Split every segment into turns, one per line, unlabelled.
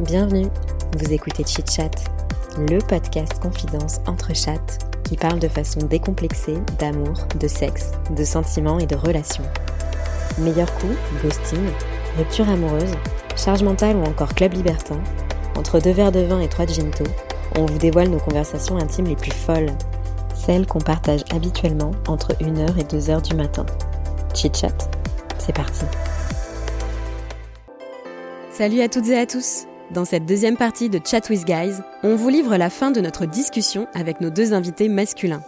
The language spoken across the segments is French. Bienvenue, vous écoutez Chit Chat, le podcast confidence entre chattes qui parle de façon décomplexée d'amour, de sexe, de sentiments et de relations. Meilleur coup, ghosting, rupture amoureuse, charge mentale ou encore club libertin, entre deux verres de vin et trois ginto, on vous dévoile nos conversations intimes les plus folles, celles qu'on partage habituellement entre 1h et 2h du matin. Chit Chat, c'est parti. Salut à toutes et à tous. Dans cette deuxième partie de Chat with Guys, on vous livre la fin de notre discussion avec nos deux invités masculins.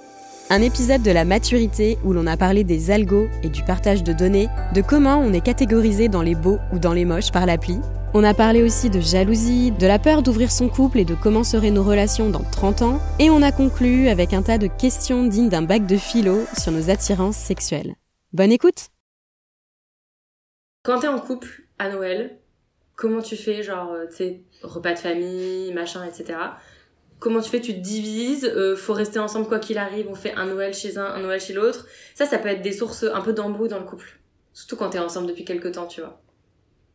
Un épisode de la maturité où l'on a parlé des algos et du partage de données, de comment on est catégorisé dans les beaux ou dans les moches par l'appli. On a parlé aussi de jalousie, de la peur d'ouvrir son couple et de comment seraient nos relations dans 30 ans. Et on a conclu avec un tas de questions dignes d'un bac de philo sur nos attirances sexuelles. Bonne écoute
Quand t'es en couple à Noël, comment tu fais, genre, euh, tu sais, repas de famille, machin, etc. Comment tu fais, tu te divises, euh, faut rester ensemble quoi qu'il arrive, on fait un Noël chez un, un Noël chez l'autre. Ça, ça peut être des sources un peu d'embrouille dans le couple. Surtout quand t'es ensemble depuis quelques temps, tu vois.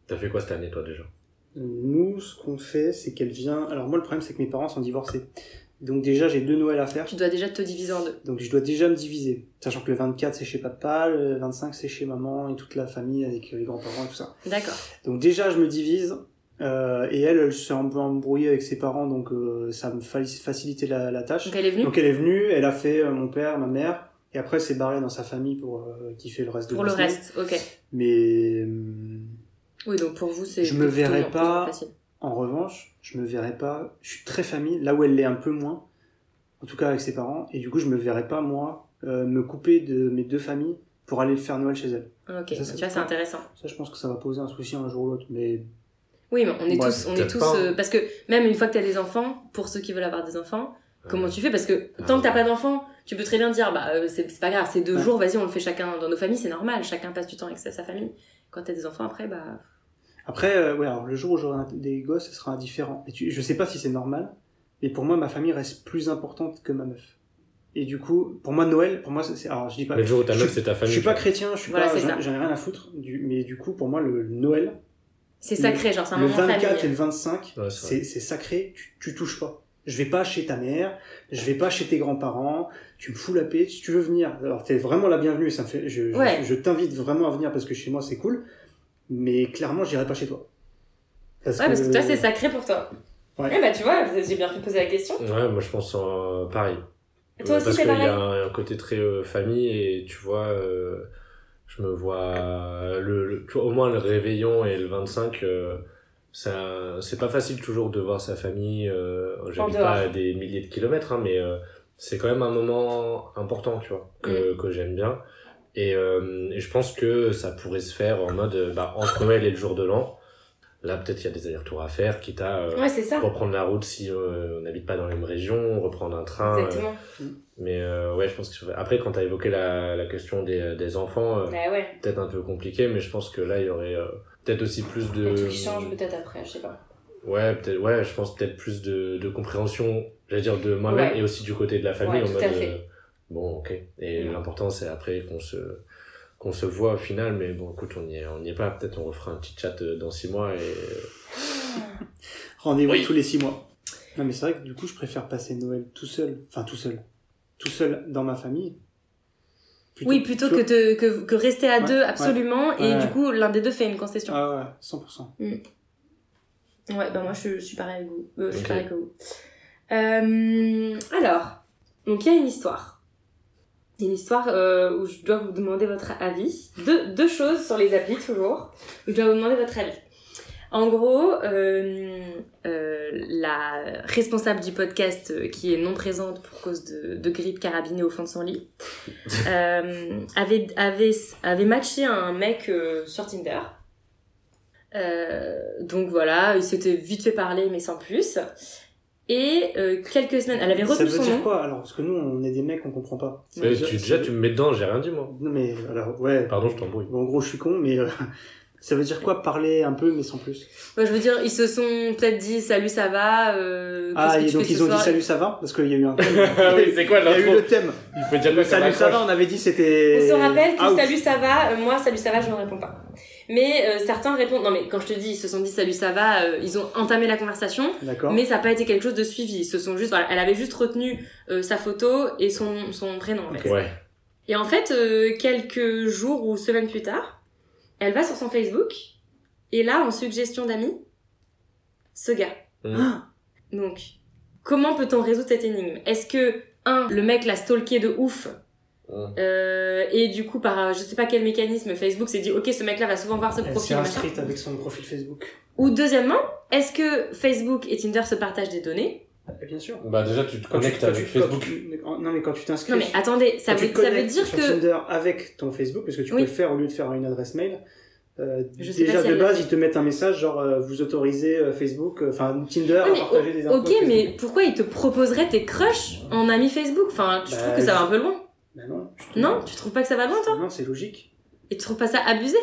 T'as fait quoi cette année, toi, déjà
Nous, ce qu'on fait, c'est qu'elle vient. Alors, moi, le problème, c'est que mes parents sont divorcés. Donc, déjà, j'ai deux Noëls à faire.
Tu dois déjà te diviser en deux.
Donc, je dois déjà me diviser. Sachant que le 24, c'est chez papa, le 25, c'est chez maman et toute la famille avec euh, les grands-parents et tout ça.
D'accord.
Donc, déjà, je me divise. euh, et elle, elle s'est un peu embrouillée avec ses parents, donc euh, ça me fa- facilitait la, la tâche.
Donc elle est venue
Donc, elle est venue, elle a fait euh, mon père, ma mère. Et après, elle s'est barrée dans sa famille pour euh, kiffer le reste de
pour le
la semaine.
reste, ok.
Mais. euh,
Oui, donc pour vous, c'est.
Je me
plutôt
verrais
bien,
pas.
plutôt facile.
En revanche, je me verrais pas. Je suis très famille, là où elle l'est un peu moins, en tout cas avec ses parents, et du coup, je me verrais pas, moi, euh, me couper de mes deux familles pour aller faire Noël chez elle.
Ok, tu
Ça, c'est
vois, c'est
pas-
intéressant.
Ça, je pense que ça va poser un souci un jour ou l'autre, mais
Oui, mais on est
Ouais,
tous. On est
peut-être
tous
pas.
euh, parce que même une fois que t'as des enfants, pour ceux qui veulent avoir des enfants, Comment
Euh,
tu fais Parce que tant que t'as pas d'enfant, tu peux très bien dire, bah euh, c'est c'est pas grave, c'est deux
ah Ouais.
jours, vas-y, on le fait chacun dans nos familles, c'est normal, chacun passe du temps avec sa, sa famille. Quand t'as des enfants après, bah.
Après, euh, ouais, alors, le jour où j'aurai un- des gosses, ce sera indifférent. Et tu- je sais pas si c'est normal, mais pour moi, ma famille reste plus importante que ma meuf. Et du coup, pour moi, Noël, pour moi, c'est. c'est- Alors, je dis pas.
Mais le jour où ta
Bah, je
meuf,
suis-
c'est ta
Je
famille.
suis pas
tu
chrétien, je suis
Voilà,
pas,
c'est
j'en
ça.
j'en ai rien à foutre, du- mais du coup, pour moi, le le Noël,
C'est
Le-
sacré, genre c'est un
le
moment de
24 et
famille.
le 25,
Ouais, c'est
c'est c'est sacré, tu, tu touches pas. Je vais pas chez ta mère, je vais pas chez tes grands-parents, tu me fous la paix, si tu veux venir. Alors t'es vraiment la bienvenue, ça me fait, je, je-
Ouais.
je t'invite vraiment à venir parce que chez moi c'est cool, mais clairement j'irai pas chez toi.
Ouais, parce que toi, c'est sacré pour toi.
Ouais.
Ouais, bah tu vois, j'ai bien fait poser la question.
vois. Ouais, moi je pense euh, en pareil.
Toi
Euh,
aussi,
Parce
c'est
qu'il y
pareil.
a un, un côté très euh, famille et tu vois, euh, je me vois. euh, le, le- tu vois, au moins le réveillon et le 25, euh, ça- c'est pas facile toujours de voir sa famille. euh, J'habite
dehors.
pas à des milliers de kilomètres, hein, mais euh, c'est quand même un moment important, tu vois, que,
Mm.
que j'aime bien. Et, euh, et je pense que ça pourrait se faire en mode euh, bah, entre Noël et le jour de l'an. Là, peut-être il y a des allers-retours à faire, quitte à. euh,
Ouais, c'est ça.
reprendre la route si euh, on n'habite pas dans la même région, reprendre un train. euh,
Exactement.
mais euh, ouais, je pense que après quand t'as évoqué la, la question des, des enfants, euh,
Bah ouais.
peut-être un peu compliqué, mais je pense que là il y aurait euh, peut-être aussi plus de
Et tout qui change peut-être après, je sais pas.
ouais peut-être ouais je pense peut-être plus de, de compréhension, j'allais dire de moi-même
Ouais.
et aussi du côté de la famille
Ouais,
en
tout
mode
à fait.
euh, bon ok et
Ouais.
l'important c'est après qu'on se qu'on se voit au final, mais bon écoute on n'y est on y est pas, peut-être on refera un petit chat euh, dans six mois et
Rendez-vous
Oui.
tous les 6 mois. Non mais c'est vrai que du coup je préfère passer Noël tout seul, enfin tout seul, tout seul dans ma famille. Plutôt-
oui, plutôt
tu
que,
vois-
te, que, que rester à
Ouais,
deux,
ouais.
absolument, et
Ouais.
du coup, l'un des deux fait une concession.
Ah ouais, 100%.
Ouais, bah moi je, je suis pareil que vous. Euh, Je suis
Ok.
pareil que vous. Euh, alors, donc il y a une histoire. Il y a Une histoire euh, où je dois vous demander votre avis. Deux, deux choses sur les applis toujours. où je dois vous demander votre avis. En gros, euh, euh, la responsable du podcast euh, qui est non présente pour cause de, de grippe carabinée au fond de son lit euh, avait, avait, avait matché un mec euh, sur Tinder. Euh, donc voilà, il s'était vite fait parler, mais sans plus. Et euh, quelques semaines, elle avait
Ça
retenu
veut
son
dire
nom.
quoi alors Parce que nous on est des mecs, on comprend pas. Ça veut
Euh,
dire-
tu, déjà tu me mets dedans, j'ai rien dit moi.
Non mais alors ouais.
Pardon je t'embrouille.
Bon, en gros, je suis con, mais euh, Ça veut dire quoi parler un peu mais sans plus
Moi, je veux dire, ils se sont peut-être dit salut, ça va. Euh, qu'est-ce
Ah
que
et
tu
donc
fais
ils
ce
ont
soir Ah
dit salut ça va parce qu'il y a eu un
oui, c'est quoi
Ah il y a eu
l'intro
le thème.
Il faut dire
Le
quoi
salut ça va on avait dit c'était.
On se rappelle que
out.
salut ça va, euh, moi salut ça va, je ne réponds pas. Mais euh, certains répondent, non mais quand je te dis ils se sont dit salut ça va, euh, ils ont entamé la conversation,
D'accord.
mais ça n'a pas été quelque chose de suivi. Ils se sont juste, voilà, elle avait juste retenu euh, sa photo et son, son prénom. en fait.
Ouais.
Et en fait, euh, quelques jours ou semaines plus tard, elle va sur son Facebook et là, en suggestion d'amis, ce gars.
Mmh.
Ah.
Donc, comment peut-on résoudre cette énigme Est-ce que, un, le mec l'a stalké de ouf
Mmh.
euh, et du coup, par euh, je sais pas quel mécanisme, Facebook s'est dit ok, ce mec-là va souvent voir ce
Elle s'est
profil. machin.
inscrite avec son profil Facebook.
Ou deuxièmement, est-ce que Facebook et Tinder se partagent des données
Eh Bien sûr.
Bah déjà tu te
Quand tu-
connectes
quand
avec
tu- quand
Facebook.
tu- Non mais quand tu t'inscris.
Non mais attendez, ça,
Quand
veut,
tu te
ça veut
connectes
dire
sur
que
Tinder avec ton Facebook, parce que tu
Oui.
peux le faire au lieu de faire une adresse mail. euh,
Je sais
déjà
pas si
de
elle l'a
base,
fait.
ils te mettent un message genre euh, vous autorisez euh, Facebook, euh, enfin Tinder
Oui, mais
à partager des infos.
ok,
Facebook.
mais pourquoi il te proposerait tes crushs en ami Facebook Enfin, tu
Bah,
trouves que ça va un peu loin
Bah non. je te-
Non, tu trouves pas que ça va loin Ah toi
Non, c'est logique.
Et tu trouves pas ça abusé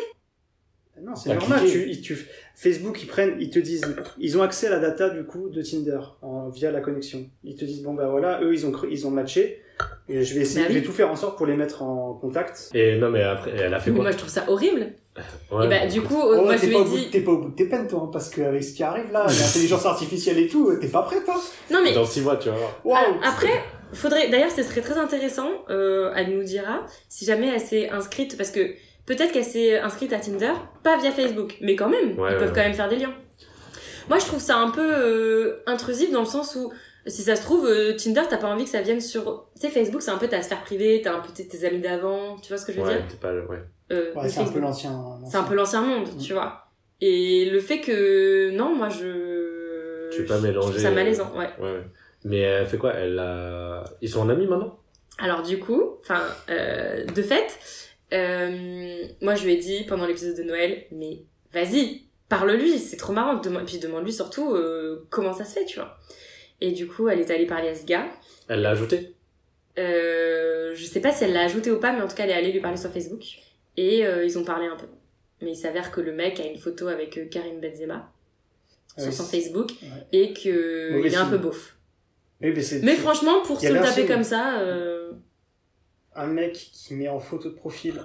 Bah Non, c'est
T'as
normal.
cliqué.
Tu, ils- tu- Facebook, ils prennent, ils te disent, ils ont accès à la data du coup de Tinder en- via la connexion. Ils te disent bon bah voilà, eux ils ont cre- ils ont matché. Et je vais essayer,
Bah
je vais
oui.
tout faire en sorte pour les mettre en contact.
Et non mais après elle a fait
Mais
quoi
Moi, je trouve ça horrible.
Ouais,
et bah,
bon,
du
écoute.
coup, euh,
Oh,
moi, je
t'es
lui
pas,
ai
au bout de-
dit.
t'es pas au bout de tes peines, toi, hein, parce qu'avec ce qui arrive là, l'intelligence artificielle et tout, t'es pas prête, hein
Non mais
Dans 6 mois tu vas voir.
Waouh
Ah, Après, faudrait. D'ailleurs, ce serait très intéressant. Euh, elle nous dira si jamais elle s'est inscrite, parce que peut-être qu'elle s'est inscrite à Tinder, pas via Facebook, mais quand même,
Ouais,
ils
ouais,
peuvent
ouais.
quand même faire des liens. Moi, je trouve ça un peu euh, intrusif dans le sens où. Si ça se trouve, euh, Tinder, t'as pas envie que ça vienne sur. Tu sais, Facebook, c'est un peu ta sphère privée, t'as un peu tes, tes amis d'avant, tu vois ce que je veux
Ouais,
dire
t'es pas ouais.
Euh,
Ouais,
le
c'est un peu
Facebook.
l'ancien.
C'est un peu l'ancien monde,
Mm.
tu vois. Et le fait que. Non, moi, je.
Tu veux pas
je- je trouve
mélanger,
Ça
euh,
malaisant, ouais.
Ouais, ouais. Mais elle fait quoi Elle a... Ils sont en amis maintenant
Alors du coup, enfin, euh, de fait, euh, moi je lui ai dit pendant l'épisode de Noël, mais vas-y, parle-lui, c'est trop marrant, dema- puis demande-lui surtout euh, comment ça se fait, tu vois. Et du coup, elle est allée parler à ce gars.
Elle l'a ajouté
Euh, je sais pas si elle l'a ajouté ou pas, mais en tout cas, elle est allée lui parler sur Facebook. Et euh, ils ont parlé un peu. Mais il s'avère que le mec a une photo avec euh, Karim Benzema sur
Ouais,
son
c'est-
Facebook
ouais.
et que
Mauvais
il est un
signe.
peu beauf.
Eh ben, c'est-
Mais franchement, pour
Il y
se le
avait un
taper
signe.
comme ça, euh,
Un mec qui met en photo de profil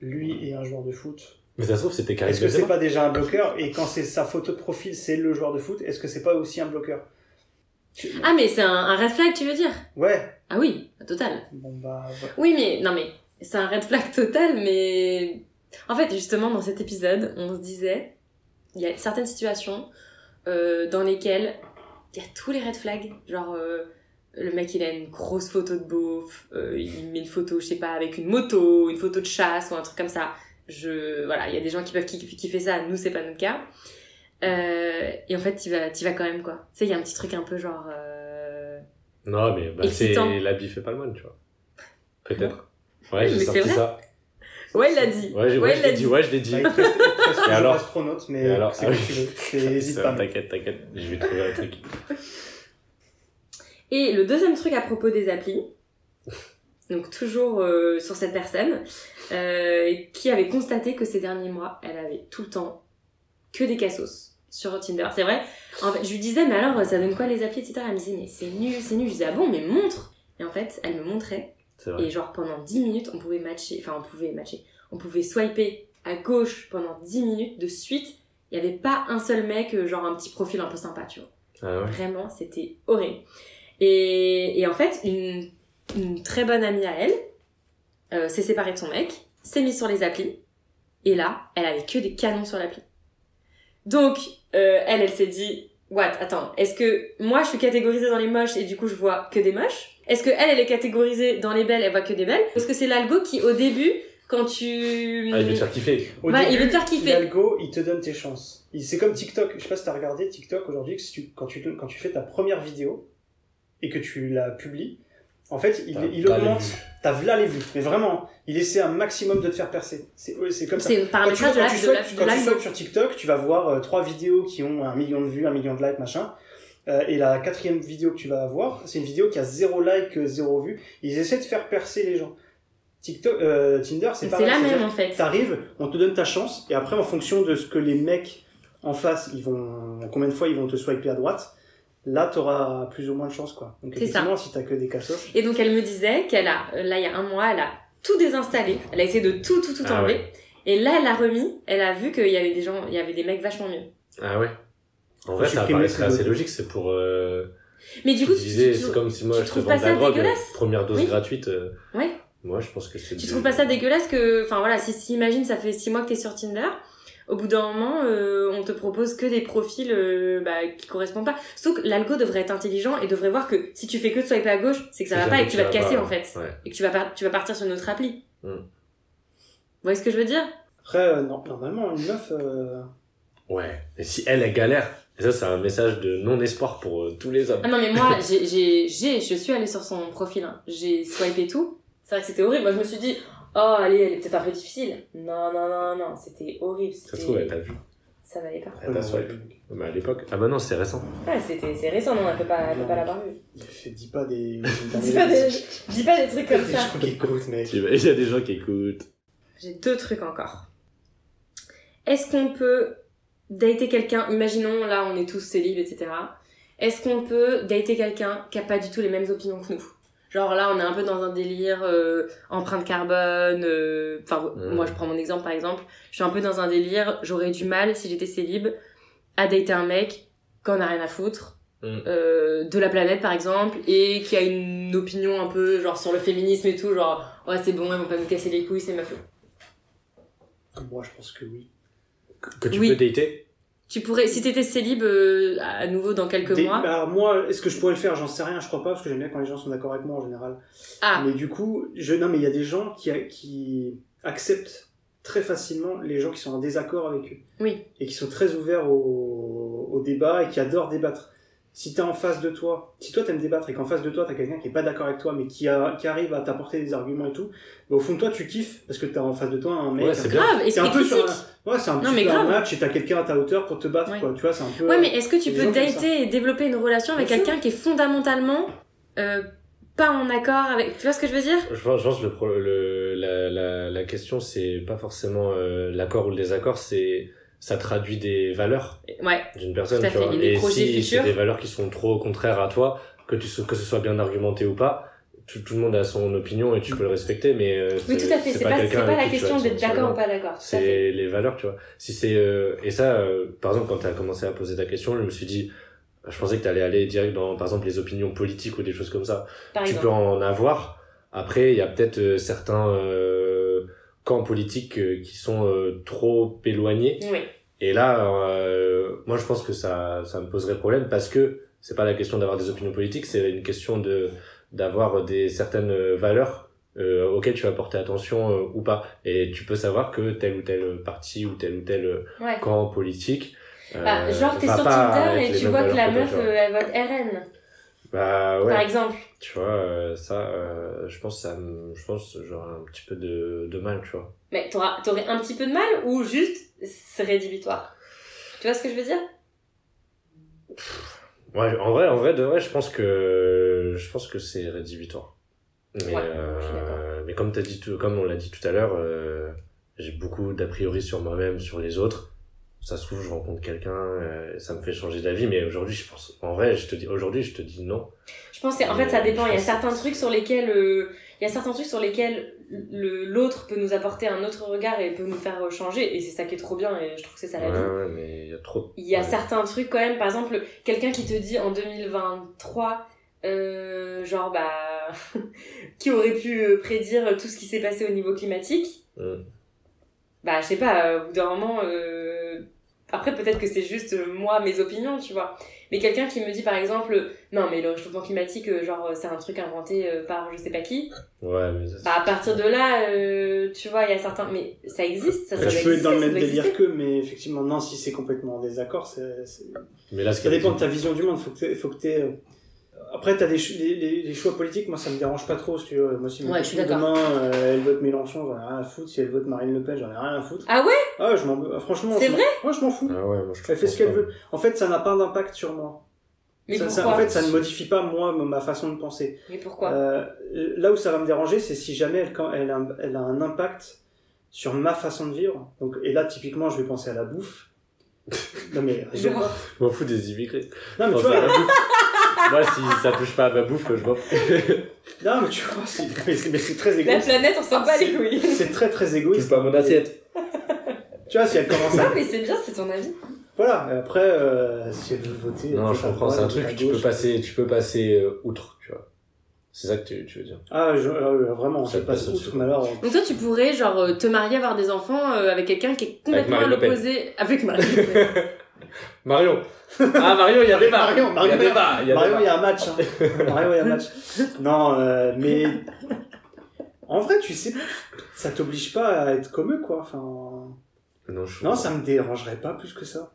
lui et un joueur de foot.
Mais ça se trouve c'était Karim
Est-ce que c'est
Benzema
pas déjà un bloqueur Et quand c'est sa photo de profil, c'est le joueur de foot. Est-ce que c'est pas aussi un bloqueur Tu-
ah mais c'est un, un red flag, tu veux dire
Ouais.
Ah oui, total.
Bon bah. voilà.
Oui, mais non, mais c'est un red flag total, mais en fait, justement, dans cet épisode, on se disait, il y a certaines situations euh, dans lesquelles il y a tous les red flags, genre euh, le mec il a une grosse photo de beauf, euh, il met une photo, je sais pas, avec une moto, une photo de chasse ou un truc comme ça. Je, voilà, il y a des gens qui peuvent qui kiffer ça, nous c'est pas notre cas. Euh, et en fait, tu vas, t'y vas quand même quoi. Tu sais, il y a un petit truc un peu genre. euh,
Non, mais bah, c'est
Excitant. Ah
l'habit fait pas le moine, tu vois. Peut-être. Ouais, j'ai
Mais
sorti
c'est vrai.
ça.
Ouais, il l'a dit.
Ouais, j'ai-
Ouais,
ouais,
il
je
l'a
l'ai dit,
dit.
ouais, je l'ai dit.
Bah, il te reste- il te reste
Et
que je
alors
reste astronaute, mais
Et alors
c'est
Ah
comme
oui.
tu veux. C'est- Hésite
Ça,
pas.
T'inquiète, t'inquiète, je vais trouver un truc.
Et le deuxième truc à propos des applis, donc toujours euh, sur cette personne, euh, qui avait constaté que ces derniers mois, elle avait tout le temps que des cassos sur Tinder. C'est vrai. En fait, je lui disais, mais alors, ça donne quoi les applis, etc. Elle me disait, mais c'est nul, c'est nul. Je disais, ah bon, mais montre. Et en fait, elle me montrait.
C'est vrai.
Et genre, pendant 10 minutes, on pouvait matcher. Enfin, on pouvait matcher. On pouvait swiper à gauche pendant 10 minutes de suite. Il n'y avait pas un seul mec, euh, genre un petit profil un peu sympa, tu vois.
Ah ouais.
Vraiment, c'était horrible. Et, et en fait, une, une très bonne amie à elle euh, s'est séparée de son mec, s'est mise sur les applis, et là, elle avait que des canons sur l'appli. Donc, euh, elle, elle s'est dit, what, attends, est-ce que moi je suis catégorisée dans les moches et du coup je vois que des moches Est-ce que elle, elle est catégorisée dans les belles, elle voit que des belles Parce que c'est l'algo qui, au début, quand tu...
Ah, il veut te faire kiffer.
Au
Bah, il
début,
veut te faire kiffer.
L'algo, il te donne tes chances. Il- C'est comme TikTok. Je sais pas si t'as regardé TikTok aujourd'hui, que si tu- quand, tu, quand tu fais ta première vidéo et que tu la publies, en fait, il,
T'as-
il
t'as
augmente.
les vues.
T'as v'là les vues. Mais vraiment, hein, il essaie un maximum de te faire percer. C'est ouais, c'est comme ça.
C'est le
Quand tu,
paramétrage Ah, de
quand tu
l'app- de
swipes-
l'app- de
quand tu
l'algo.
swipes sur TikTok, tu vas voir euh, trois vidéos qui ont un million de vues, un million de likes, machin. Euh, et la quatrième vidéo que tu vas avoir, c'est une vidéo qui a zéro like, euh, zéro vue. Ils essaient de faire percer les gens. TikTok, euh, Tinder, c'est
C'est
pareil.
la
c'est-à-dire
même en fait.
T'arrives, on te donne ta chance, et après, en fonction de ce que les mecs en face, ils vont, combien de fois ils vont te swiper à droite, là, t'auras plus ou moins de chance, quoi. Donc,
C'est ça.
effectivement, si t'as que des cassos,
Et donc elle me disait qu'elle a, euh, là il y a un mois, elle a tout désinstallé. Elle a essayé de tout, tout, tout
Ah
enlever. Et là elle l'a remis. Elle a vu qu'il y avait des gens, il y avait des mecs vachement mieux.
Ah ouais. En vrai, ça
supprimer
paraîtrait
ce
assez
logo.
logique, c'est pour. Euh,
Mais du coup, tu,
utiliser-
tu- tu-
c'est comme si moi
tu
je te
trouves
vends
pas
de la
ça
drogue, euh,
dégueulasse
première dose
Oui.
gratuite. euh,
ouais.
moi, je pense que c'est.
Tu
du-
trouves pas ça dégueulasse que, enfin voilà, si si, imagine ça fait 6 mois que t'es sur Tinder, au bout d'un moment, euh, on te propose que des profils euh, bah, qui correspondent pas. Sauf que l'algo devrait être intelligent et devrait voir que si tu fais que de swiper à gauche, c'est que ça va
C'est
pas et
que
que tu vas te
ça va
casser
pas,
en fait.
ouais.
Et que tu vas, par- tu vas partir sur une autre appli.
Hmm.
Vous voyez ce que je veux dire
après, euh, non, normalement, une meuf, euh,
Ouais. Et si elle, elle galère. Et ça, c'est un message de non-espoir pour euh, tous les hommes.
Ah non mais moi, j'ai, j'ai, j'ai, je suis allée sur son profil, hein. j'ai swipé tout. C'est vrai que c'était horrible, moi je me suis dit, oh allez, elle est peut-être un peu difficile. Non, non, non, non, c'était horrible.
Ça
c'était-
se trouve, elle t'a vu.
Ça n'allait pas.
euh,
Elle t'a swipe. Mais à l'époque. Ah bah non, c'est récent.
Ouais, c'était, c'est récent, non, elle peut pas, elle peut pas l'avoir vu.
Fais- Dis pas des.
Dis pas des, dis pas des trucs comme
Des
ça.
gens qui écoutent, mec.
Il y a des gens qui écoutent.
J'ai deux trucs encore. Est-ce qu'on peut dater quelqu'un, imaginons là on est tous célibes, etc. Est-ce qu'on peut dater quelqu'un qui a pas du tout les mêmes opinions que nous Genre là on est un peu dans un délire euh, empreinte carbone, euh, enfin
Mm.
moi je prends mon exemple par exemple, je suis un peu dans un délire, j'aurais du mal si j'étais célibe à dater un mec qu'on a rien à foutre.
Mm.
euh, de la planète par exemple et qui a une opinion un peu genre sur le féminisme et tout genre ouais c'est bon elles vont pas nous casser les couilles c'est ma faute
moi, je pense que oui.
Que tu
Oui.
peux dater
Tu pourrais, si t'étais célib euh, à nouveau dans quelques
Des-
mois.
bah, moi, est-ce que je pourrais le faire J'en sais rien, je crois pas, parce que j'aime bien quand les gens sont d'accord avec moi en général.
Ah,
Mais du coup, je... non, mais il y a des gens qui, a- qui acceptent très facilement les gens qui sont en désaccord avec eux.
Oui.
Et qui sont très ouverts au, au débat et qui adorent débattre. Si t'es en face de toi, si toi t'aimes débattre et qu'en face de toi t'as quelqu'un qui est pas d'accord avec toi mais qui, a, qui arrive à t'apporter des arguments et tout, bah, au fond de toi tu kiffes parce que t'as en face de toi un mec.
Ouais,
un-
c'est bien.
grave, et
c'est
c'est
un peu
critique.
sur un, ouais, c'est un
Non,
petit
mais
peu un
grave.
match et t'as quelqu'un à ta hauteur pour te battre
Ouais.
quoi. Tu vois, c'est un peu.
Ouais, mais est-ce que tu
Des
peux
gens comme ça.
dater et développer une relation avec
Bien sûr.
quelqu'un qui est fondamentalement euh, pas en accord avec. Tu vois ce que je veux dire
Je pense, je pense que le, pro- le- la, la, la question, c'est pas forcément euh, l'accord ou le désaccord, c'est ça traduit des valeurs
Ouais.
d'une personne.
Tout à
tu
fait,
vois.
il y a des
Et
projets
si
futurs.
c'est des valeurs qui sont trop contraires à toi, que, tu, sois- que ce soit bien argumenté ou pas, tout, tout le monde a son opinion et tu peux le respecter, mais euh,
Oui,
c'est-
tout à fait. C'est pas, c'est
quelqu'un
pas
avec
la
qui tu vas
question
te
d'être
sentir
d'accord
bien.
ou pas d'accord. Tout à fait.
c'est les valeurs tu vois si c'est euh, et ça euh, par exemple quand tu as commencé à poser ta question je me suis dit bah, je pensais que tu allais aller direct dans par exemple les opinions politiques ou des choses comme ça
Par
tu
exemple.
peux en avoir après il y a peut-être euh, certains euh, camps politiques euh, qui sont euh, trop éloignés
Oui.
et là euh, moi je pense que ça ça me poserait problème parce que c'est pas la question d'avoir des opinions politiques c'est une question de d'avoir des certaines euh, valeurs euh, auxquelles tu vas porter attention euh, ou pas et tu peux savoir que tel ou tel parti ou tel ou tel euh,
Ouais.
camp politique. euh,
Bah, genre, t'es
va
sur
pas
Tinder
avec
et
les
tu
mêmes
vois que la
valeurs
meuf,
toi, tu vois.
euh, elle vote RN,
Bah
par
ouais,
exemple.
tu vois, euh, ça, euh, je pense, ça, me- je pense, j'aurais un petit peu de, de mal, tu vois.
Mais t'auras- t'aurais un petit peu de mal ou juste c'est rédhibitoire Tu vois ce que je veux dire
Ouais, en vrai, en vrai, de vrai, je pense que, je pense que c'est rédhibitoire. Mais,
Ouais,
euh,
je suis d'accord.
mais comme t'as dit, tout- comme on l'a dit tout à l'heure, euh, j'ai beaucoup d'a priori sur moi-même, sur les autres. Ça se trouve, je rencontre quelqu'un, euh, ça me fait changer d'avis, mais aujourd'hui, je pense, en vrai, je te dis, aujourd'hui, je te dis non.
Je pense que, en fait ça
Euh,
dépend. Il y
je
a
pense-
certains trucs sur lesquels euh, il y a certains trucs sur lesquels le- l'autre peut nous apporter un autre regard et peut nous faire euh, changer et c'est ça qui est trop bien et je trouve que c'est ça la
Ouais,
vie.
ouais, mais il y a trop.
Il y a
ouais.
certains trucs quand même. Par exemple quelqu'un qui te dit en 2023 euh, genre bah qui aurait pu euh, prédire tout ce qui s'est passé au niveau climatique.
Mm.
Bah je sais pas. euh, Au bout d'un moment. euh, Après peut-être que c'est juste euh, moi mes opinions tu vois. Mais quelqu'un qui me dit par exemple euh, non mais le réchauffement climatique euh, genre euh, c'est un truc inventé euh, par je sais pas qui.
Ouais, mais ça, c'est-
Bah, à partir de là, euh, tu vois, il y a certains. Mais ça existe, ça, ça
Après,
doit
euh, tu peux être
exister,
dans le
ça
même
doit
délire
exister.
qu'eux, mais effectivement, non, si c'est complètement en désaccord, c'est- c'est
mais là, ce
Ça
qu'elle
dépend
dit-
de ta vision du monde. Faut que t'aies- faut que t'aies, euh, Après, t'as des cho- les, les- les choix politiques. Moi, ça me dérange pas trop. Si tu veux. Moi, si ma
Ouais, je suis
copine, demain, euh, elle vote Mélenchon, j'en ai rien à foutre. Si elle vote Marine Le Pen, j'en ai rien à foutre.
Ah ouais
Ah, ouais, je m'en. ah, Franchement,
C'est
je m'en-
vrai
Ouais, je m'en fous.
Ah ouais, moi, je
Elle fait
pense
ce qu'elle
pas.
veut. En fait, ça n'a pas d'impact sur moi.
Mais
Ça- ça-
pourquoi
en fait, ça ne modifie pas, moi, m- ma façon de penser.
Mais pourquoi
Euh, là où ça va me déranger, c'est si jamais elle, quand elle, a, un- elle a un impact sur ma façon de vivre. Donc, et là, typiquement, je vais penser à la bouffe. non, mais raison
Genre.
pas.
Je m'en fous des immigrés.
Non, Ah, mais tu
Enfin, c'est la
vois,
bouffe. Moi, si ça touche pas à ma bouffe, je m'en fous.
non, mais tu vois, c'est mais c'est- mais c'est très
La
égoïste.
planète, on s'en bat les couilles.
Ah, C'est très très égoïste.
pas mon assiette.
Tu vois, si elle commence
Non,
à.
mais c'est bien, c'est ton avis.
Voilà, et après, euh, si elle veut voter.
Non,
elle
je
vote à
comprends,
droite,
c'est un
elle vote
truc
à
que tu peux
gauche.
passer, tu peux passer euh, outre, tu vois. C'est ça que tu, tu veux dire.
Ah, je- euh, vraiment,
Ça
je
te
passe
passe
outre,
au-dessus.
mais alors. euh,
Donc toi, tu pourrais genre euh, te marier, avoir des enfants euh, avec quelqu'un qui est complètement à
Marine Le Pen.
l'opposé avec Marie. Le Pen.
Mario Ah, Mario, il y a des barres Il
Marion,
y a
Marion,
des barres Il y a
Mario,
des
il y a un match. hein. Mario, il y a un match. Non, euh, mais en vrai, tu sais, ça t'oblige pas à être comme eux, quoi. Enfin,
barres. Non, je...
non, ça me dérangerait pas plus que ça.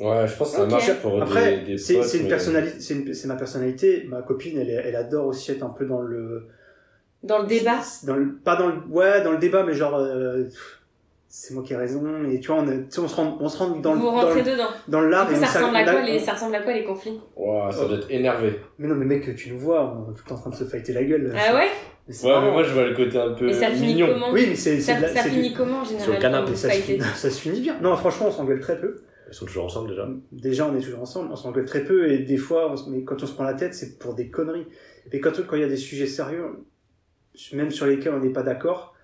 Ouais, je pense que ça
Ok.
marche pour
Après,
des, des
c'est
potes,
c'est une
mais-
personnalité, c'est une- c'est ma personnalité. Ma copine, elle, est- elle adore aussi être un peu dans le,
Dans le débat.
dans le, pas dans le, ouais, dans le débat, mais genre. euh, c'est moi qui ai raison, et tu vois, on, est- tu sais, on se rend, on se rend dans, le-
vous
dans,
rentrez
le-
dedans.
dans l'art
Du coup,
on
ça
s'ac-
ressemble, à quoi,
on-
les... ça ressemble à quoi les conflits
Ouah, ça doit être énervé.
Mais non, mais mec, tu nous vois, on est tout le temps en train de se fighter la gueule. là.
Ah ouais
Mais c'est
Ouais,
marrant.
mais moi, je vois le côté un peu
Mais ça finit
mignon.
comment
Euh, Oui, mais c'est c'est
Ça,
de la-
ça
c'est du- Ah,
finit comment généralement
canapé,
vous
Ça se,
fightez
finit, ça se finit bien. Non, franchement, on s'engueule très peu.
Ils sont toujours ensemble, déjà.
Déjà, on est toujours ensemble, on s'engueule très peu, et des fois, on se- mais quand on se prend la tête, c'est pour des conneries. Et quand quand il y a des sujets sérieux, même sur lesquels on n'est pas d'accord,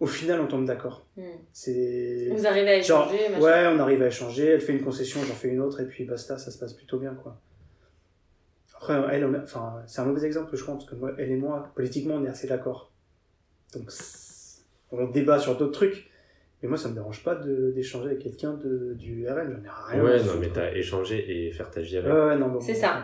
au final, on tombe d'accord.
Hmm.
C'est.
Vous arrivez à
Genre,
échanger machin.
ouais, on arrive à échanger, elle fait une concession, j'en fais une autre, et puis basta, ça se passe plutôt bien, quoi. Après, elle, on a- enfin, c'est un mauvais exemple, je crois, parce que moi, elle et moi, politiquement, on est assez d'accord. Donc, c'est- on débat sur d'autres trucs. Mais moi, ça me dérange pas de- d'échanger avec quelqu'un de- du RN, j'en ai rien. à
Ouais, non,
foutre,
mais
quoi.
t'as échangé et faire ta vie avec.
Ouais, ouais, non, bon,
C'est
bon,
ça.
bon.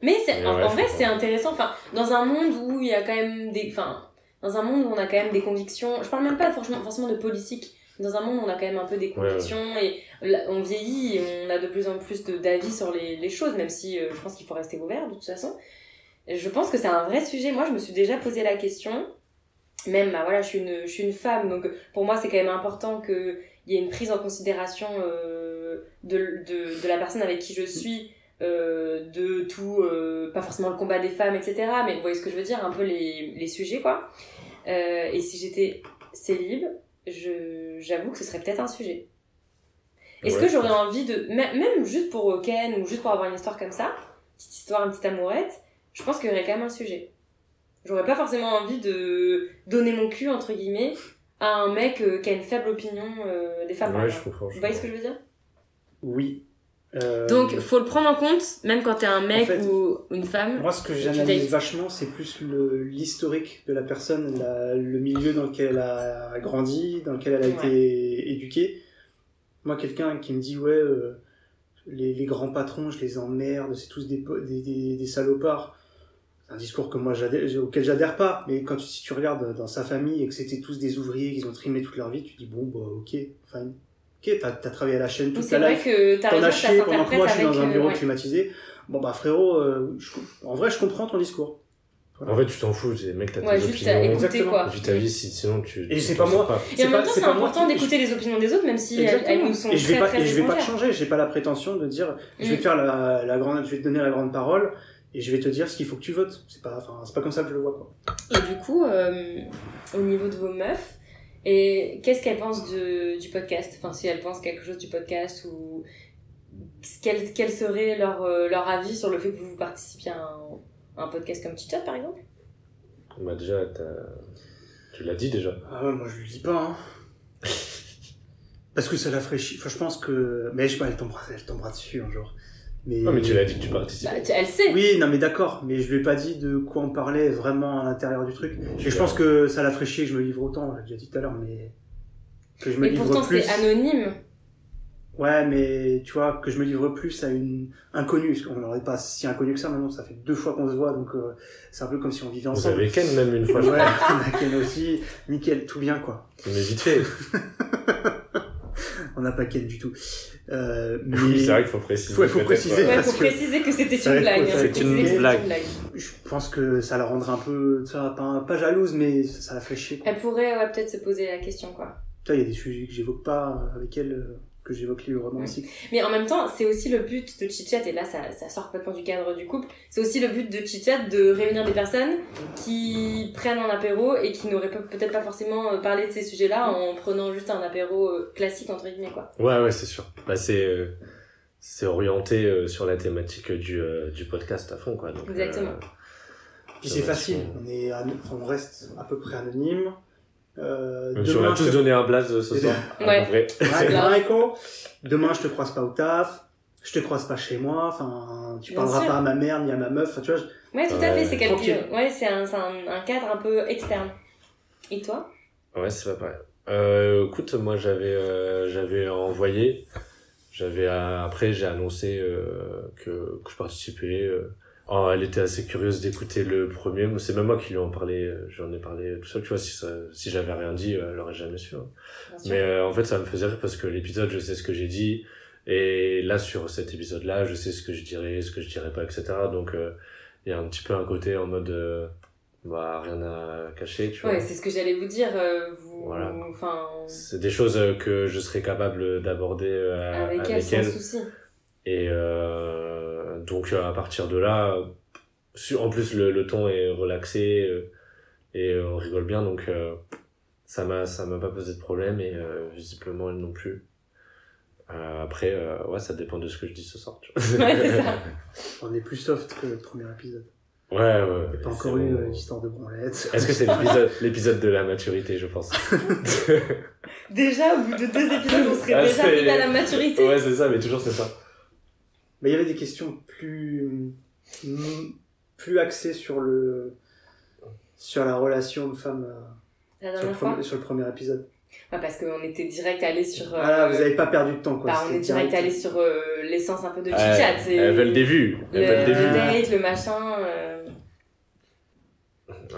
Mais c'est-
Mais
en,
ouais,
en
je
vrai,
comprends.
c'est intéressant. Enfin, dans un monde où il y a quand même des. Enfin, dans un monde où on a quand même des convictions. Je parle même pas forcément, forcément de politique. Dans un monde où on a quand même un peu des
ouais.
convictions et là, on vieillit et on a de plus en plus de- d'avis sur les, les choses, même si euh, je pense qu'il faut rester ouvert de toute façon. Je pense que c'est un vrai sujet. Moi, je me suis déjà posé la question. Même, bah, voilà, je suis, une, je suis une femme, donc pour moi, c'est quand même important qu'il y ait une prise en considération euh, de, de, de la personne avec qui je suis euh, de tout, euh, pas forcément le combat des femmes, etc. Mais vous voyez ce que je veux dire, un peu les, les sujets, quoi. Euh, et si j'étais célib, je- j'avoue que ce serait peut-être un sujet. Est-ce
Ouais,
que
je
j'aurais
pense.
envie de, mè- même juste pour euh, Ken ou juste pour avoir une histoire comme ça, petite histoire, une petite amourette, je pense qu'il y aurait quand même un sujet. J'aurais pas forcément envie de donner mon cul, entre guillemets, à un mec euh, qui a une faible opinion euh, des femmes. par
Ouais, je
exemple.
comprends. je
Vous voyez ce que
comprends.
je veux dire
Oui. Euh,
donc, faut le prendre en compte, même quand t'es un mec
En fait,
ou une femme.
Moi, ce que
Tu
j'analyse
dates.
vachement, c'est plus le- l'historique de la personne, la- le milieu dans lequel elle a grandi, dans lequel elle a
Ouais.
été éduquée. Moi, quelqu'un qui me dit, ouais, euh, les, les grands patrons, je les emmerde, c'est tous des, po- des, des- des salopards. C'est un discours que moi, j'adhère- auquel j'adhère pas. Mais quand tu, si tu regardes dans sa famille et que c'était tous des ouvriers qu'ils ont trimé toute leur vie, tu dis, bon, bah, ok, fine. Ok, t'as t'as travaillé à la chaîne
Donc
toute
c'est
ta
vrai
life.
que t'as
T'en
raison,
as
ça
chié pendant que
s'interprète
moi je suis
avec.
dans un
euh,
bureau
ouais.
climatisé. Bon bah frérot, euh, je- en vrai je comprends ton discours.
En fait, tu t'en fous, c'est- mec, t'as
Ouais,
tes
juste à
opinions.
écouter
Exactement.
quoi.
Vis ta vie, si- sinon tu.
Et
tu
c'est
t'en
pas
sors
moi.
Et en
pas-
même temps, c'est
pas moi
important
qui-
d'écouter les opinions des autres, même si euh, elles,
Exactement.
elles nous sont
et je vais
très
pas,
très
et je vais pas te
étrangères.
changer, j'ai pas la prétention de dire je vais
Mm.
te faire la, la grande je vais te donner la grande parole et je vais te dire ce qu'il faut que tu votes. C'est pas enfin c'est pas comme ça que je le vois quoi.
Et du coup, euh, au niveau de vos meufs, et qu'est-ce qu'elles pensent de, du podcast Enfin, si elles pensent quelque chose du podcast ou quel, quel serait leur, euh, leur avis sur le fait que vous participiez à un, un podcast comme Chitchat par exemple
Bah, déjà, t'as- tu l'as dit déjà.
Ah ouais, moi je lui dis pas hein. Parce que ça la fraîchit. Enfin, je pense que mais je sais pas elle tombera elle tombera dessus un jour. Mais
Non, mais tu l'as dit que tu participes.
bah, tu- Elle sait
Oui, non mais d'accord, mais je lui ai pas dit de quoi on parlait vraiment à l'intérieur du truc. Et je
l'as-
pense que ça l'a fraîchi que je me livre autant, j'ai déjà dit tout à l'heure, mais que je me
Et
livre
pourtant,
plus.
c'est anonyme.
Ouais, mais tu vois, que je me livre plus à une inconnue, parce qu'on n'aurait pas si inconnue que ça maintenant, ça fait deux fois qu'on se voit, donc euh, c'est un peu comme si on vivait
Vous
ensemble.
avez Ken même une fois.
Ouais, on a Ken aussi, nickel, tout bien quoi.
Mais vite fait.
On n'a pas Ken du tout. Euh, mais
Oui, c'est vrai qu'il faut préciser.
Ouais, faut
peut-être,
préciser.
Ouais,
ouais.
parce
pour
que-
préciser que c'était
Ouais,
une blague.
c'est
hein,
une
préciser que c'était
blague.
je pense que ça la rendrait un peu, ça, pas, pas jalouse, mais ça, ça la ferait chier. quoi.
Elle pourrait ouais, peut-être se poser la question, quoi.
Putain, il y a des sujets que j'évoque pas euh, avec elle, euh, que j'évoque librement
Ouais.
aussi.
Mais en même temps, c'est aussi le but de chit et là ça, ça sort complètement du cadre du couple, c'est aussi le but de chit de réunir des personnes qui prennent un apéro et qui n'auraient pas- peut-être pas forcément euh, parlé de ces sujets-là en prenant juste un apéro euh, classique, entre guillemets, quoi.
Ouais, ouais, c'est sûr. Bah, c'est euh, c'est orienté euh, sur la thématique du, euh, du podcast à fond, quoi. Donc,
Exactement.
euh,
Puis
Ça
c'est
va,
facile,
c'est-
on, est an- enfin, on reste à peu près anonyme. Euh,
donc, on a
demain,
tous
je te-
donné un blaze euh, ce
C'est
soir.
Ouais.
En vrai.
Ouais,
Grave.
Nico, demain je te croise pas au taf, je te croise pas chez moi, enfin tu
Bien
parleras
sûr.
pas à ma mère ni à ma meuf, enfin, tu vois. je-
Ouais, tout à
Ouais.
fait, c'est
Tranquille.
quelqu'un. Ouais, c'est un, c'est un, un cadre un peu externe. Et toi
Ouais, c'est pas pareil. Euh, écoute, moi j'avais euh, j'avais envoyé, j'avais euh, après j'ai annoncé euh, que, que je participais. euh. Oh, elle était assez curieuse d'écouter le premier, mais c'est même moi qui lui en parlais, euh, j'en ai parlé tout seul, tu vois, si, ça- si j'avais rien dit, euh, elle aurait jamais su. hein.
Bien sûr.
Mais euh, en fait, ça me faisait rire parce que l'épisode, je sais ce que j'ai dit. Et là, sur cet épisode-là, je sais ce que je dirais, ce que je dirais pas, etc. Donc, euh, il y a un petit peu un côté en mode, euh, bah, rien à cacher, tu vois.
Ouais, c'est ce que j'allais vous dire. euh, vous,
Voilà.
enfin,
C'est des choses euh, que je serais capable d'aborder euh,
avec,
avec,
elle, sans
elle.
souci.
Et euh, donc, euh, à partir de là, euh, su- en plus, le, le ton est relaxé euh, et euh, on rigole bien. Donc, euh, ça m'a ça m'a pas posé de problème et euh, visiblement, elle non plus. Euh, après, euh, ouais, ça dépend de ce que je dis ce soir. Tu vois.
Ouais, c'est ça.
On est plus soft que le premier épisode.
Ouais, ouais.
Il n'y a pas
c'est
encore eu
bon.
euh, l'histoire de branlette.
Est-ce que c'est l'épisode- l'épisode de la maturité, je pense
Déjà, au bout de deux épisodes, on serait
Ah,
déjà
c'est-
arrivé à la maturité.
Ouais, c'est ça, mais toujours c'est ça.
Mais il y avait des questions plus mm, plus axées sur le sur la relation homme-femme euh,
La
sur, le
dernière fois.
premier- sur le premier épisode.
Ouais, parce qu'on était direct allé sur. euh,
Voilà, Ah, vous n'avez pas perdu de temps quoi.
bah, on
c'était
est direct allé sur euh, l'essence un peu de chit-chat.
Ouais,
c'est
elle veut le début.
le,
Elle veut le
le
début.
date, le machin. euh,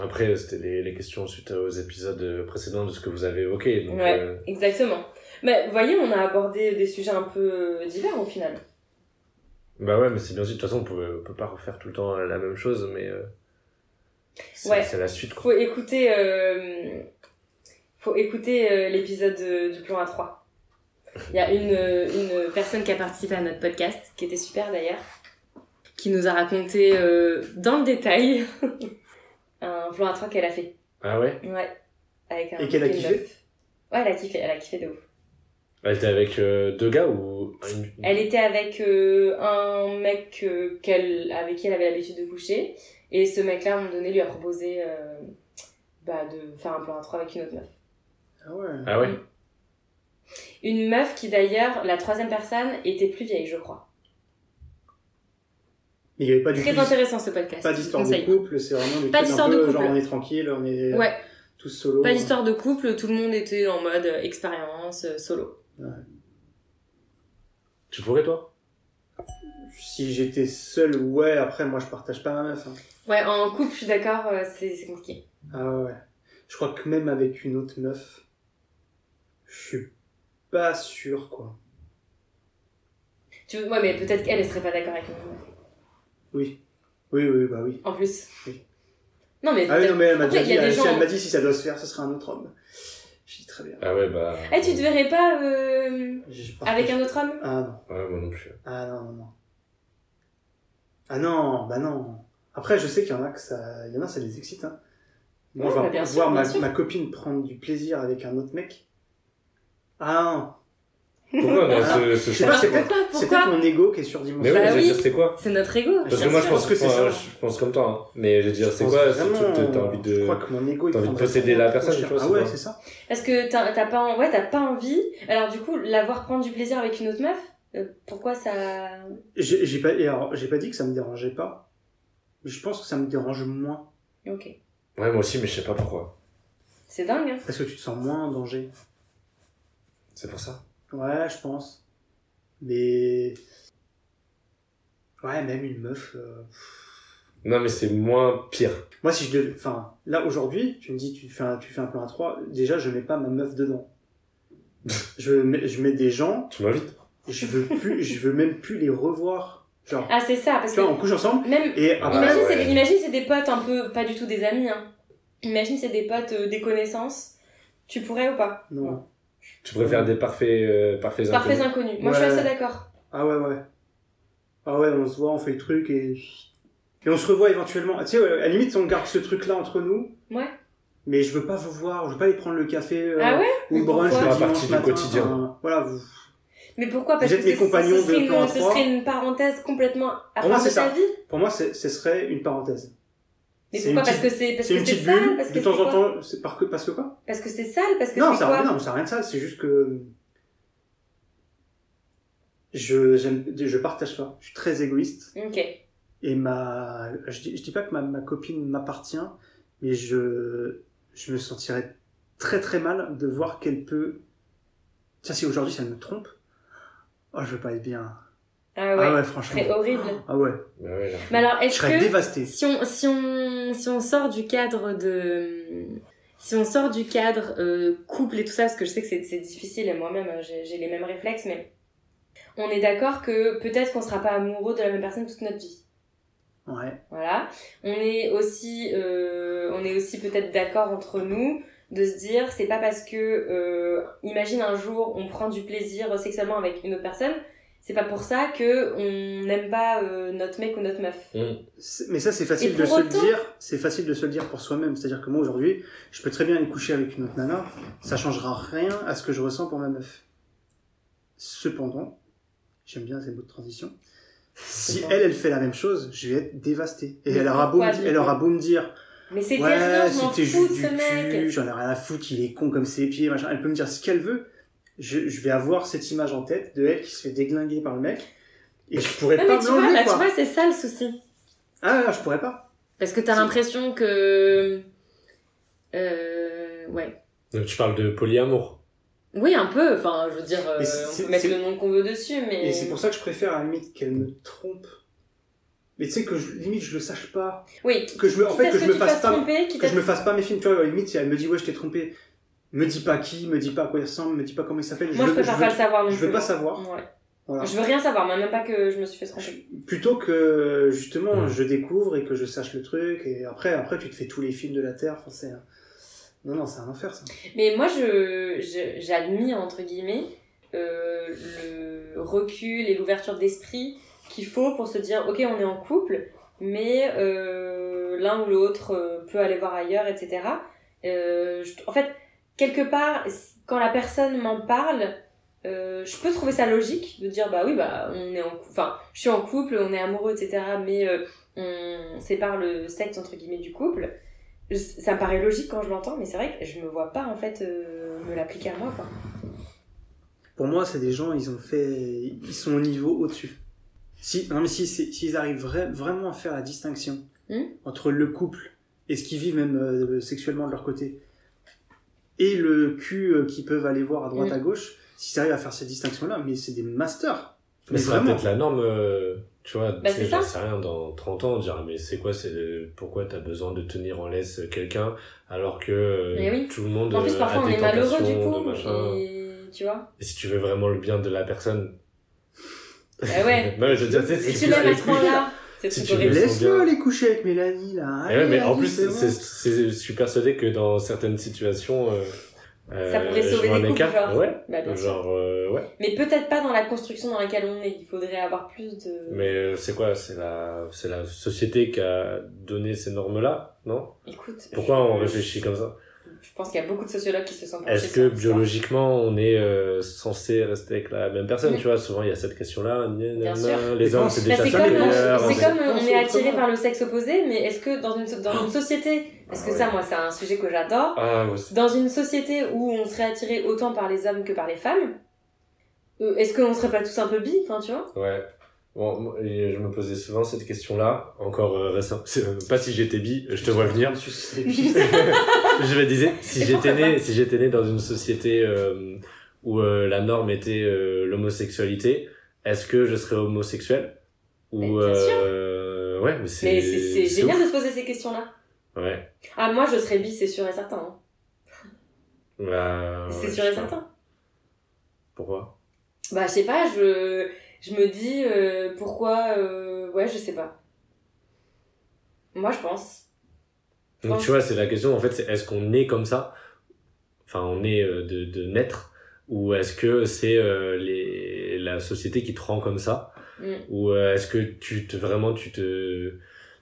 Après, c'était les, les questions suite aux épisodes précédents de ce que vous avez évoqué. Donc,
Ouais.
euh,
Exactement. Mais vous voyez, on a abordé des sujets un peu euh, divers au final.
bah ouais, mais c'est bien sûr. De toute façon, on pouvait- on peut pas refaire tout le temps la même chose, mais euh, c'est
Ouais.
c'est la suite. Quoi.
Faut écouter, euh, faut écouter euh, l'épisode euh, du plan A3. Il y a une, euh, une personne qui a participé à notre podcast, qui était super d'ailleurs, qui nous a raconté euh, dans le détail un plan A3 qu'elle a fait.
Ah ouais
Ouais. Avec un
Et qu'elle a
une
kiffé
meuf. Ouais, elle a kiffé, elle a kiffé de ouf.
Elle était avec euh, deux gars ou une-
Mmh.
Elle était avec euh, un mec euh, qu'elle, avec qui elle avait l'habitude de coucher. Et ce mec-là, à un moment donné, lui a proposé euh, bah, de faire un plan A3 avec une autre meuf.
Ah ouais.
Ah ouais
Une meuf qui, d'ailleurs, la troisième personne, était plus vieille, je crois.
Mais il n'y avait pas du
Très
tout
intéressant ce podcast.
pas
je vous
d'histoire de
conseille.
couple, c'est vraiment des
Pas
trucs un
d'histoire de
peu
couple.
genre on est tranquille, on est
Ouais,
tous solo.
pas d'histoire de couple, tout le monde était en mode euh, expérience, euh, solo.
Tu pourrais, toi
Si j'étais seul, ouais, après moi je partage pas ma meuf. hein.
Ouais, en couple, je suis d'accord, euh, c'est c'est compliqué.
Ah ouais. Je crois que même avec une autre meuf, je suis pas sûr quoi.
Tu veux... Ouais, mais peut-être qu'elle, elle serait pas d'accord avec nous.
Oui. Oui, oui, bah oui.
En plus.
Oui.
Non, mais.
Ah oui, non, mais elle m'a
Après,
déjà
il
dit,
y a
elle,
des
si
gens-
elle m'a dit si ça doit se faire, ce sera un autre homme. J'ai dit très bien.
Ah ouais, bah.
Eh, tu te verrais pas euh,
Je- je partage-
avec un autre homme
Ah non.
Ouais, moi non plus.
Ah non, non, non. Ah non, bah non. Après, je sais qu'il y en a que ça, il y en a, ça les excite. Hein. Moi,
Ouais,
voir,
bah, bien sûr,
voir
bien
ma,
sûr.
ma copine prendre du plaisir avec un autre mec. Ah non.
Pourquoi on a ce, ce
Je sais
choix
pas,
Alors
c'est
pourquoi
C'est
Pourquoi
peut-être mon ego qui
Mais
est
oui,
surdimensionné.
Bah
j'allais
oui.
dire, c'est quoi
C'est notre ego.
Parce que
bien
moi, je
sûr.
pense que
que
c'est
c'est
ça.
ça.
Je pense comme toi. hein. Mais je veux dire, c'est quoi C'est tout, t'as- t'as envie de.
Je crois que mon ego, il
t'as envie de
prendrait
posséder la personne,
trop cher.
tu vois,
Ah
c'est
ouais,
pas-
c'est ça.
Parce que t'as t'as pas, en- ouais, t'as pas envie. Alors du coup, l'avoir prendre du plaisir avec une autre meuf, euh, pourquoi ça
J'ai j'ai pas, et alors, j'ai pas dit que ça me dérangeait pas. Mais je pense que ça me dérange moins.
Ok.
Ouais, moi aussi, mais je sais pas pourquoi.
C'est dingue. Hein.
Parce que tu te sens moins en danger.
C'est pour ça.
Ouais, je pense. Mais. Ouais, même une meuf. euh,
Non, mais c'est moins pire.
Moi, si je devais. Enfin, là, aujourd'hui, tu me dis, tu fais un, tu fais un plan à 3, déjà, je mets pas ma meuf dedans. je, mets, je mets des gens,
Tu m'invites
et je veux plus, je veux même plus les revoir. Genre,
Ah c'est ça parce
tu vois, on
que
couche ensemble,
même.
et
Ah,
après.
imagine
ouais.
c'est des- imagine c'est des potes un peu pas du tout des amis. Hein. Imagine c'est des potes euh, des connaissances. Tu pourrais ou pas
Non.
Tu préfères des parfaits, euh, parfaits,
Parfaits
inconnus.
inconnus. Moi, je
Ouais.
suis assez d'accord.
Ah ouais, ouais. Ah ouais, on se voit, on fait le truc et. Et on se revoit éventuellement. Ah, Tu sais, ouais, à la limite, on garde ce truc-là entre nous.
Ouais.
Mais je veux pas vous voir, je veux pas aller prendre le café euh,
Ah ouais
ou le
Mais
brunch
pourquoi
le
Ça fait partie
dimanche
du
matin.
quotidien.
Enfin, voilà, vous...
Mais pourquoi
Vous
Parce
êtes
que
mes
c'est-
compagnons
ce, serait
de plan
une, ce
trois.
serait une parenthèse complètement à
Pour moi,
part de
c'est
ta
ça.
vie.
pour moi, c'est- ce serait une parenthèse.
Mais
C'est
pourquoi
une
Parce
petite-
que c'est parce
C'est une
que c'est
petite
sale,
bulle,
parce que
de
c'est
temps en
quoi
temps, c'est parce que, parce que quoi
Parce que c'est sale, parce que
Non,
c'est
ça a,
quoi
non, ça a rien de ça, c'est juste que. Je, j'aime, je partage pas. Je suis très égoïste.
Ok.
Et ma. Je dis, je dis pas que ma, ma copine m'appartient, mais je. Je me sentirais très très mal de voir qu'elle peut. Tiens, si aujourd'hui ça me trompe. Oh, je veux pas être bien.
Ah
Ah
ouais.
ouais,
Ce
franchement.
serait horrible.
Ah ouais.
Bah ouais, là.
Mais alors,
Je
est-ce
serais
que
dévasté.
si on si on si on sort du cadre de si on sort du cadre euh, couple et tout ça, parce que je sais que c'est c'est difficile et moi-même euh, j'ai j'ai les mêmes réflexes, mais on est d'accord que peut-être qu'on sera pas amoureux de la même personne toute notre vie.
Ouais.
Voilà. On est aussi, euh, on est aussi peut-être d'accord entre nous de se dire, c'est pas parce que, euh, imagine un jour, on prend du plaisir sexuellement avec une autre personne, c'est pas pour ça que on n'aime pas euh, notre mec ou notre meuf.
Hum.
C'est- Mais ça, c'est facile
Et
de
pour
se le
autant-
dire. C'est facile de se le dire pour soi-même. C'est-à-dire que moi, aujourd'hui, je peux très bien aller coucher avec une autre nana. Ça changera rien à ce que je ressens pour ma meuf. Cependant, j'aime bien ces mots de transition. Si elle, elle fait la même chose, je vais être dévasté. Et
Mais
elle aura, beau, me
pourquoi,
di-
du
elle
coup
aura beau me dire,
Mais c'était rien,
ouais,
je m'en
c'était
fous
juste
de
du
ce
cul,
mec.
j'en ai rien à foutre, il est con comme ses pieds, machin. Elle peut me dire ce qu'elle veut. Je, je vais avoir cette image en tête de elle qui se fait déglinguer par le mec. Et je pourrais
Non,
pas
mais
me
tu vois,
l'enlever,
là, tu
quoi.
vois, c'est ça le souci.
Ah, non, je pourrais pas.
Parce que t'as
C'est-
l'impression que, euh, ouais.
Donc tu parles de polyamour.
Oui, un peu. Enfin, je veux dire, euh,
Mais c'est-
on
c'est-
peut mettre
c'est-
le nom qu'on veut dessus, mais.
Et c'est pour ça que je préfère à la limite qu'elle me trompe. Mais tu sais que je, limite je le sache pas,
Oui.
que je me- en fait,
Quitte à
que
ce
je me
tu
fasse
fasses
pas-
tromper, quitte
que
à
je me fasse pas mes films. Tu vois, à la limite si elle me dit ouais je t'ai trompé, me dis pas qui, me dis pas à quoi il ressemble, me dis pas comment il s'appelle.
Moi, je,
veux-
préfère
veux-
pas le savoir non
Je
plus.
veux pas savoir.
Ouais.
Voilà.
Je veux rien savoir, mais même pas que je me suis fait tromper.
Je- Plutôt que justement
Mm.
je découvre et que je sache le truc et après après tu te fais tous les films de la terre. Enfin, c'est un- non non c'est un enfer ça.
Mais moi, je, je- j'admire, entre guillemets, euh, le recul et l'ouverture d'esprit qu'il faut pour se dire, ok, on est en couple, mais euh, l'un ou l'autre euh, peut aller voir ailleurs, etc. Euh, je- en fait, quelque part, c- quand la personne m'en parle, euh, je peux trouver ça logique de dire, bah oui, bah on est en couple, enfin, je suis en couple, on est amoureux, etc. Mais euh, on sépare le sexe, entre guillemets, du couple. Je- ça me paraît logique quand je l'entends, mais c'est vrai que je me vois pas en fait euh, me l'appliquer à moi. Quoi.
Pour moi c'est des gens ils ont fait ils sont au niveau au dessus. Si non mais si c'est- s'ils arrivent vra- vraiment à faire la distinction
Hmm.
entre le couple et ce qu'ils vivent même euh, sexuellement de leur côté et le cul euh, qu'ils peuvent aller voir à droite
Mm.
à gauche, s'ils arrivent à faire cette distinction là, mais c'est des masters.
Mais
Mais
ce sera
vraiment.
peut-être la norme, euh, tu vois,
Bah,
tu sais,
c'est ça.
j'en sais rien, dans 30 ans, on dira, mais c'est quoi, c'est pourquoi t'as besoin de tenir en laisse quelqu'un alors que euh,
Mais oui.
tout le monde
En plus,
euh,
parfois
a
on
des
est malheureux du
tentations, de
coup,
machin.
et tu vois.
Et si tu veux vraiment le bien de la personne,
Bah ouais.
non, mais je veux dire, tu sais,
si tu
si tu
l'aimes
veux
à
les
ce
couilles-
point-là, c'est
Si
trop
tu
horrible.
le- sont
Laisse-le
bien.
aller coucher avec Mélanie là.
Eh ouais,
Allez,
mais en
vas-y,
plus,
c'est
c'est-
bon.
c'est- je suis persuadé que dans certaines situations, euh,
Ça
euh,
pourrait
je
sauver
m'en
des couples,
écarte.
genre.
Ouais,
Bah, bien sûr.
genre, euh, ouais.
Mais peut-être pas dans la construction dans laquelle on est. Il faudrait avoir plus de.
Mais euh, c'est quoi C'est la, c'est la société qui a donné ces normes-là, non
Écoute.
Pourquoi
je-
on réfléchit comme ça
Je pense qu'il y a beaucoup de sociologues qui se sont penchés
Est-ce
sur
que
ça.
biologiquement on est euh, censé rester avec la même personne
Mm.
Tu vois, souvent il y a cette question-là. gna, gna,
Bien
gna,
sûr.
Les
Mais
hommes
quand-
c'est
Bah,
déjà
c'est
ça.
comme,
supérieur,
euh,
on
c'est
sait
comme
pas,
euh, on
c'est
est
autrement.
attiré par le sexe opposé, mais est-ce que dans une, so- dans une société, parce que
Oh Ah
ça,
ouais.
moi, c'est un sujet que j'adore,
Ah, ouais, c'est-
Dans une société où on serait attiré autant par les hommes que par les femmes, euh, est-ce qu'on serait pas tous un peu bi Enfin, tu vois
ouais. Bon, moi, et je me posais souvent cette question-là, encore euh, récemment. C'est, euh, pas si j'étais bi, je te vois venir. je me disais, si
Et
j'étais
pourquoi
né, si j'étais né dans une société euh, où euh, la norme était euh, l'homosexualité, est-ce que je serais homosexuel
Mais
Ou
bien
euh, ouais, mais c'est
Mais c'est- c'est génial
ouf.
de se poser ces questions-là.
Ouais.
Ah, moi, je serais bi, c'est sûr et certain. hein.
Bah,
c'est
ouais,
sûr et
je sais pas.
certain.
Pourquoi
Bah, je sais pas, je, je me dis euh, pourquoi. euh, ouais, je sais pas. Moi, je pense.
Donc tu vois, c'est la question en fait, c'est est-ce qu'on est comme ça Enfin, on est euh, de, de naître Ou est-ce que c'est euh, les, la société qui te rend comme ça
Mm.
Ou euh, est-ce que tu te, vraiment tu te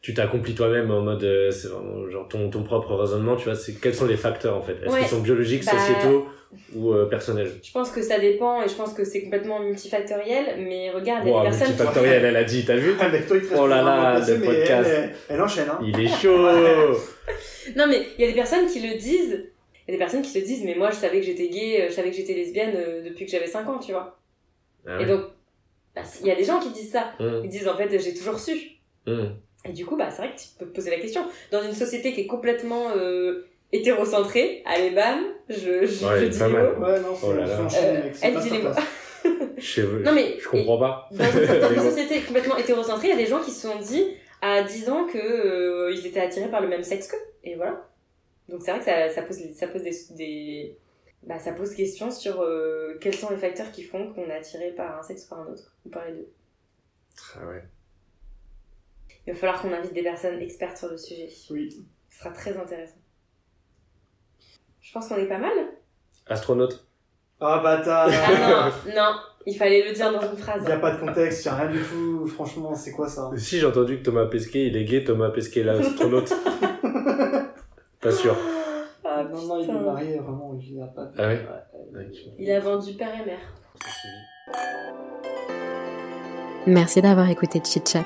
tu t'accomplis toi-même en mode euh, c'est vraiment genre ton, ton propre raisonnement tu vois c'est quels sont les facteurs en fait est-ce
Ouais.
qu'ils sont biologiques
Bah,
sociétaux ou euh, personnels
Je pense que ça dépend et je pense que c'est complètement multifactoriel, Ah, mais regarde, il y a
Wow,
des personnes qui-
multifactoriel elle a dit t'as vu
Avec Ah, toi, il te reste
Oh là
plus
là,
vraiment à placer,
le
mais
podcast.
Elle, elle- elle enchaîne, hein.
il est chaud
Non, mais il y a des personnes qui le disent. Il y a des personnes qui se disent, mais moi je savais que j'étais gay, euh, je savais que j'étais lesbienne euh, depuis que j'avais 5 ans, tu vois.
Ah
Et
ouais.
donc, bah, il y a des gens qui disent ça.
Mm,
Ils disent en fait, j'ai toujours su.
mm.
Et du coup, bah, c'est vrai que tu peux te poser la question. Dans une société qui est complètement euh, hétérocentrée, allez bam, je, je,
Ouais,
je
pas
dis
mal.
mot.
Ouais, non, faut,
Oh là là.
faut enchaîner,
Euh,
mec, c'est
elle
pas
dit
ta
les
place.
Je,
Non, mais-
je comprends pas
Dans une, dans une société complètement hétérocentrée, il y a des gens qui se sont dit à 10 ans que euh, ils étaient attirés par le même sexe qu'eux. Et voilà. Donc c'est vrai que ça, ça pose, ça pose des, des- bah, ça pose question sur euh, quels sont les facteurs qui font qu'on est attiré par un sexe ou par un autre, ou par les deux.
Ah ouais.
Il va falloir qu'on invite des personnes expertes sur le sujet.
Oui.
Ce sera très intéressant. Je pense qu'on est pas mal.
astronaute
Ah, bâtard.
Ah non, non, il fallait le dire dans une
Il
phrase.
n'y a pas de contexte, il n'y a rien du tout. Franchement, c'est quoi ça
si j'ai entendu que Thomas Pesquet il est gay Thomas Pesquet l'astronaute pas sûr
Ah,
Non, non, il est
putain.
marié, vraiment, il n'a pas de...
Ah ouais
Ouais,
Ok.
Il a vendu père et mère.
Merci d'avoir écouté Chit Chat.